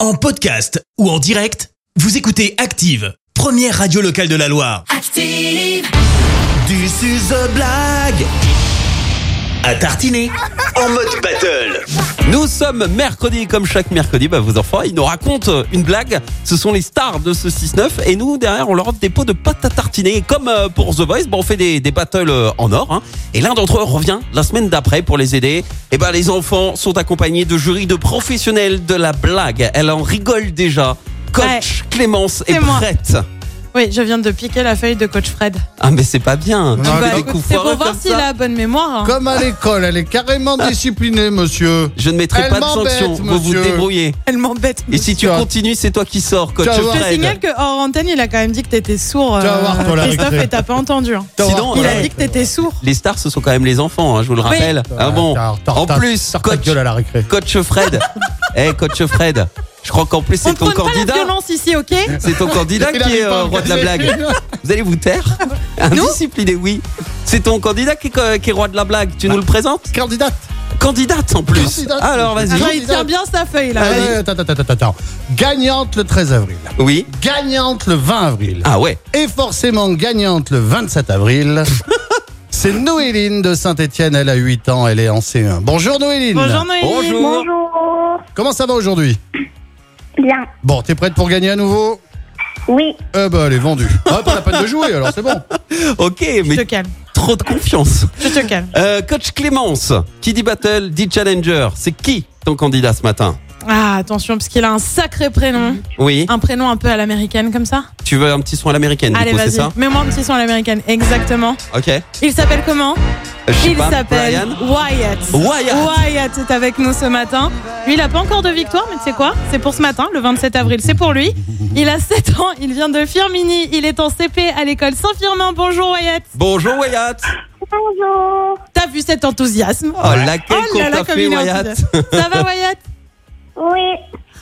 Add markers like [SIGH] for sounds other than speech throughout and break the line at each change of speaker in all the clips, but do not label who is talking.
En podcast ou en direct, vous écoutez Active, première radio locale de la Loire.
Active,
Du suze blague à tartiner en mode battle.
Nous sommes mercredi et comme chaque mercredi, bah, vos enfants, ils nous racontent euh, une blague. Ce sont les stars de ce 6-9 et nous, derrière, on leur offre des pots de pâte à tartiner. Et comme euh, pour The Voice, bah, on fait des, des battles euh, en or. hein. et l'un d'entre eux revient la semaine d'après pour les aider. Et ben les enfants sont accompagnés de jurys de professionnels de la blague. Elle en rigole déjà. Coach
Ouais.
Clémence est,
C'est moi.
prête.
Oui, je viens de piquer la feuille de coach Fred.
Ah mais c'est pas bien.
Ah,
Bah,
Des
écoute,
coups
c'est
foireux
pour voir
comme
s'il
ça.
a bonne mémoire. hein.
Comme à l'école, elle est carrément
Ah.
disciplinée, monsieur.
Je ne mettrai
Elle
pas de
m'embête,
sanction. Vous vous
monsieur.
débrouillez.
Elle m'embête.
Et si tu
Tiens.
continues, c'est toi qui sors, coach
Tiens,
Je
voir.
Fred.
te signale que hors antenne, il a quand même dit que t'étais sourd. euh,
Tu vas voir, toi, la
Christophe,
récré.
et t'as pas entendu. hein.
T'as
Sinon,
voir.
Il
ouais.
a dit que t'étais sourd.
les stars, ce sont quand même les enfants, hein, je vous le rappelle. Ah bon
Tarte, tarte,
En
tarte,
plus,
tarte ta
coach,
gueule à la récré.
coach Fred. Eh, coach Fred. Je crois qu'en plus,
On
c'est
ne
ton
prône pas la
candidat.
violence ici, ok
C'est ton candidat
Il
qui
arrive
est
pas à
euh,
me
roi de la
casser.
blague. Vous allez vous taire Indiscipliné, oui. C'est ton candidat qui est, euh, qui est roi de la blague. Tu nous le présentes
[LAUGHS] Candidate.
Ah Candidate en plus.
Candidate.
Alors,
Ah,
vas-y.
bah, Il tient bien sa feuille,
Ah
là.
Euh, attends, attends, attends, attends. Gagnante le 13 avril.
Oui.
Gagnante le 20 avril.
Ah ouais.
Et forcément gagnante le
[LAUGHS]
27 avril. C'est Noéline de Saint-Etienne. Elle a 8 ans. Elle est en C1. Bonjour Noéline.
Bonjour, Noélie.
Bonjour.
Bonjour.
Comment ça va aujourd'hui
Bien.
Bon, t'es prête pour gagner à nouveau
Oui.
Eh ben, elle est vendue. Ah, pas
[LAUGHS]
la peine de jouer, alors c'est bon.
Ok,
Je te
mais
calme.
[LAUGHS] trop de confiance.
Je te calme.
Euh, coach Clémence, qui dit battle, dit challenger. C'est qui ton candidat ce matin
Ah, attention, parce qu'il a un sacré prénom.
Oui.
Un prénom un peu à l'américaine, comme ça.
Tu veux un petit son à l'américaine, du
Ah. Allez,
coup, c'est
vas-y.
ça
Mets-moi un petit son à l'américaine. Exactement.
Ok.
Il s'appelle comment
Je sais
Il
pas,
s'appelle
Brian
Wyatt.
Wyatt.
Wyatt est avec nous ce matin. Lui, il n'a pas encore de victoire, mais tu sais quoi C'est pour ce matin, le 27 avril. C'est pour lui. Il a 7 ans, il vient de Firmini. Il est en CP à l'école Saint-Firmin. Bonjour Wyatt.
Bonjour Wyatt.
Bonjour.
T'as vu cet enthousiasme
Oh, laquelle
Oh là
qu'on
là,
t'a
comme
fait
il est
Wyatt
enthousiaste. Ça va
[LAUGHS]
Wyatt
Oui.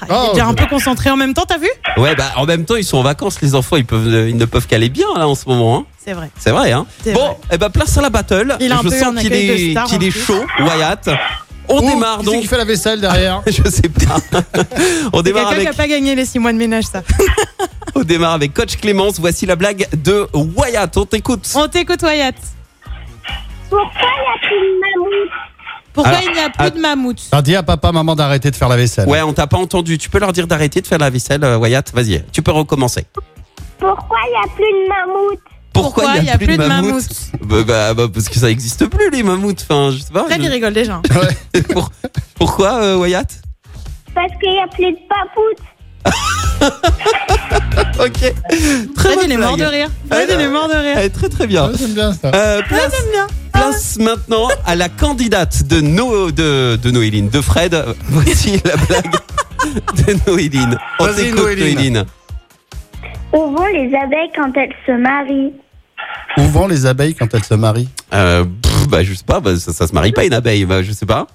Ah, Il est
Oh.
déjà un peu concentré en même temps, t'as vu
Ouais, bah en même temps, ils sont en vacances, les enfants, ils, peuvent, ils ne peuvent qu'aller bien là en ce moment. hein.
C'est vrai.
C'est vrai, hein
C'est
Bon,
vrai.
eh ben place à la battle.
Il a un
Je
peu eu
sens
un
qu'il
accueil de
est,
star,
qu'il
en
est
plus.
chaud, Wyatt. On
Oh,
démarre
qui c'est
donc.
qui fait la vaisselle derrière
[LAUGHS] Je sais pas.
[LAUGHS]
on démarre
C'est quelqu'un qui
avec
n'a pas gagné les 6 mois de ménage, ça.
on démarre avec coach Clémence. Voici la blague de Wyatt. On t'écoute.
On t'écoute Wyatt.
Pourquoi y a-t-il mammouth
Pourquoi
Alors,
il n'y a plus
ah-
de mammouth
T'as dit à papa, maman d'arrêter de faire la vaisselle.
Ouais, on t'a pas entendu. Tu peux leur dire d'arrêter de faire la vaisselle, euh, Wyatt. Vas-y, tu peux recommencer.
Pourquoi y a plus de mammouth
Pourquoi il n'y a, plus de mammouth,
mammouth
bah, bah, bah, parce que ça n'existe plus les mammouths. Enfin, je sais pas.
Fred,
je-
il rigole déjà. hein.
Pour- Pourquoi euh, Wyatt
Parce qu'il y a plus de papoutes.
Ok. [LAUGHS] Très
Fred,
bonne
il est mort de
blague.
rire. Fred, il est mort de rire.
Eh, très très bien.
Ouais, Ah, j'aime bien ça.
Euh, place,
J'aime bien.
place maintenant à la candidate de, No- de, de Noéline, de Fred. Voici la blague de Noéline. On
Vas-y,
t'écoute,
Noéline.
Noéline.
Où vont les abeilles quand elles se marient
Où vont les abeilles quand elles se marient
Euh, pff, bah, je sais pas, bah, ça, ça se marie pas une abeille, bah, je sais pas.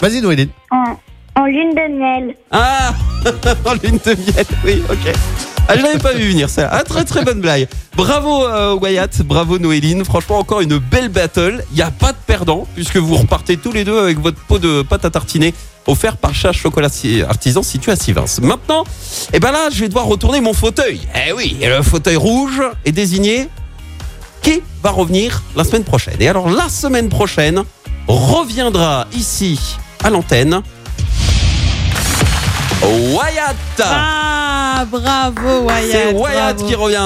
Vas-y Noéline.
en, en lune de miel
Ah [LAUGHS] En lune de miel, oui, ok. Ah, je l'avais pas vu venir, ça. Ah, très très bonne blague. Bravo euh, Wyatt, bravo Noéline. Franchement, encore une belle battle. Il n'y a pas de perdant, puisque vous repartez tous les deux avec votre pot de pâte à tartiner offert par Chat Chocolat Si- Artisan situé à Sivins. Maintenant, eh ben là, je vais devoir retourner mon fauteuil. Eh oui, et le fauteuil rouge est désigné qui va revenir la semaine prochaine. Et alors, la semaine prochaine, reviendra ici à l'antenne Wyatt
Ah, bravo Wyatt.
C'est Wyatt
bravo.
qui revient.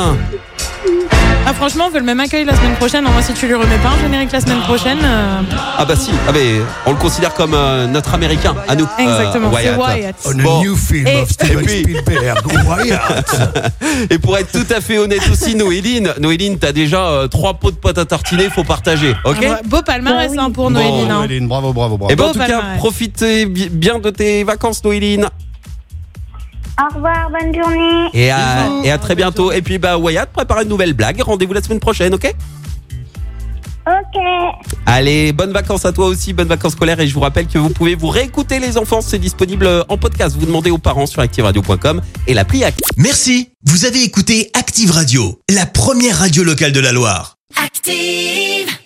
Ah, franchement, on veut le même accueil la semaine prochaine. hein. Moi, si tu lui remets pas un générique la semaine prochaine, euh,
Ah bah si, ah mais on le considère comme euh, notre américain à nous. euh,
exactement, c'est
Wyatt.
Wyatt.
Bon.
film
Et- of
Steven Et puis- [LAUGHS]
Spielberg,
Et pour être tout à fait honnête aussi, Noéline, Noéline, t'as déjà euh, trois pots de pâte à tartiner, faut partager, ok
Ah, Beau palmarès
Bah oui.
hein, pour Noéline. hein.
bravo, bravo, bravo.
Et ben en
Beau
tout cas,
palmarès.
profitez bi- bien de tes vacances, Noéline,
Au revoir, bonne journée.
et à, et à très
Bisous.
bientôt. Et puis bah Wyatt, prépare une nouvelle blague. Rendez-vous la semaine prochaine, ok
Ok.
Allez, bonnes vacances à toi aussi, bonnes vacances scolaires et je vous rappelle que vous pouvez vous réécouter les enfants, c'est disponible en podcast. Vous demandez aux parents sur activeradio.com et l'appli Active.
Merci, vous avez écouté Active Radio, la première radio locale de la Loire.
active.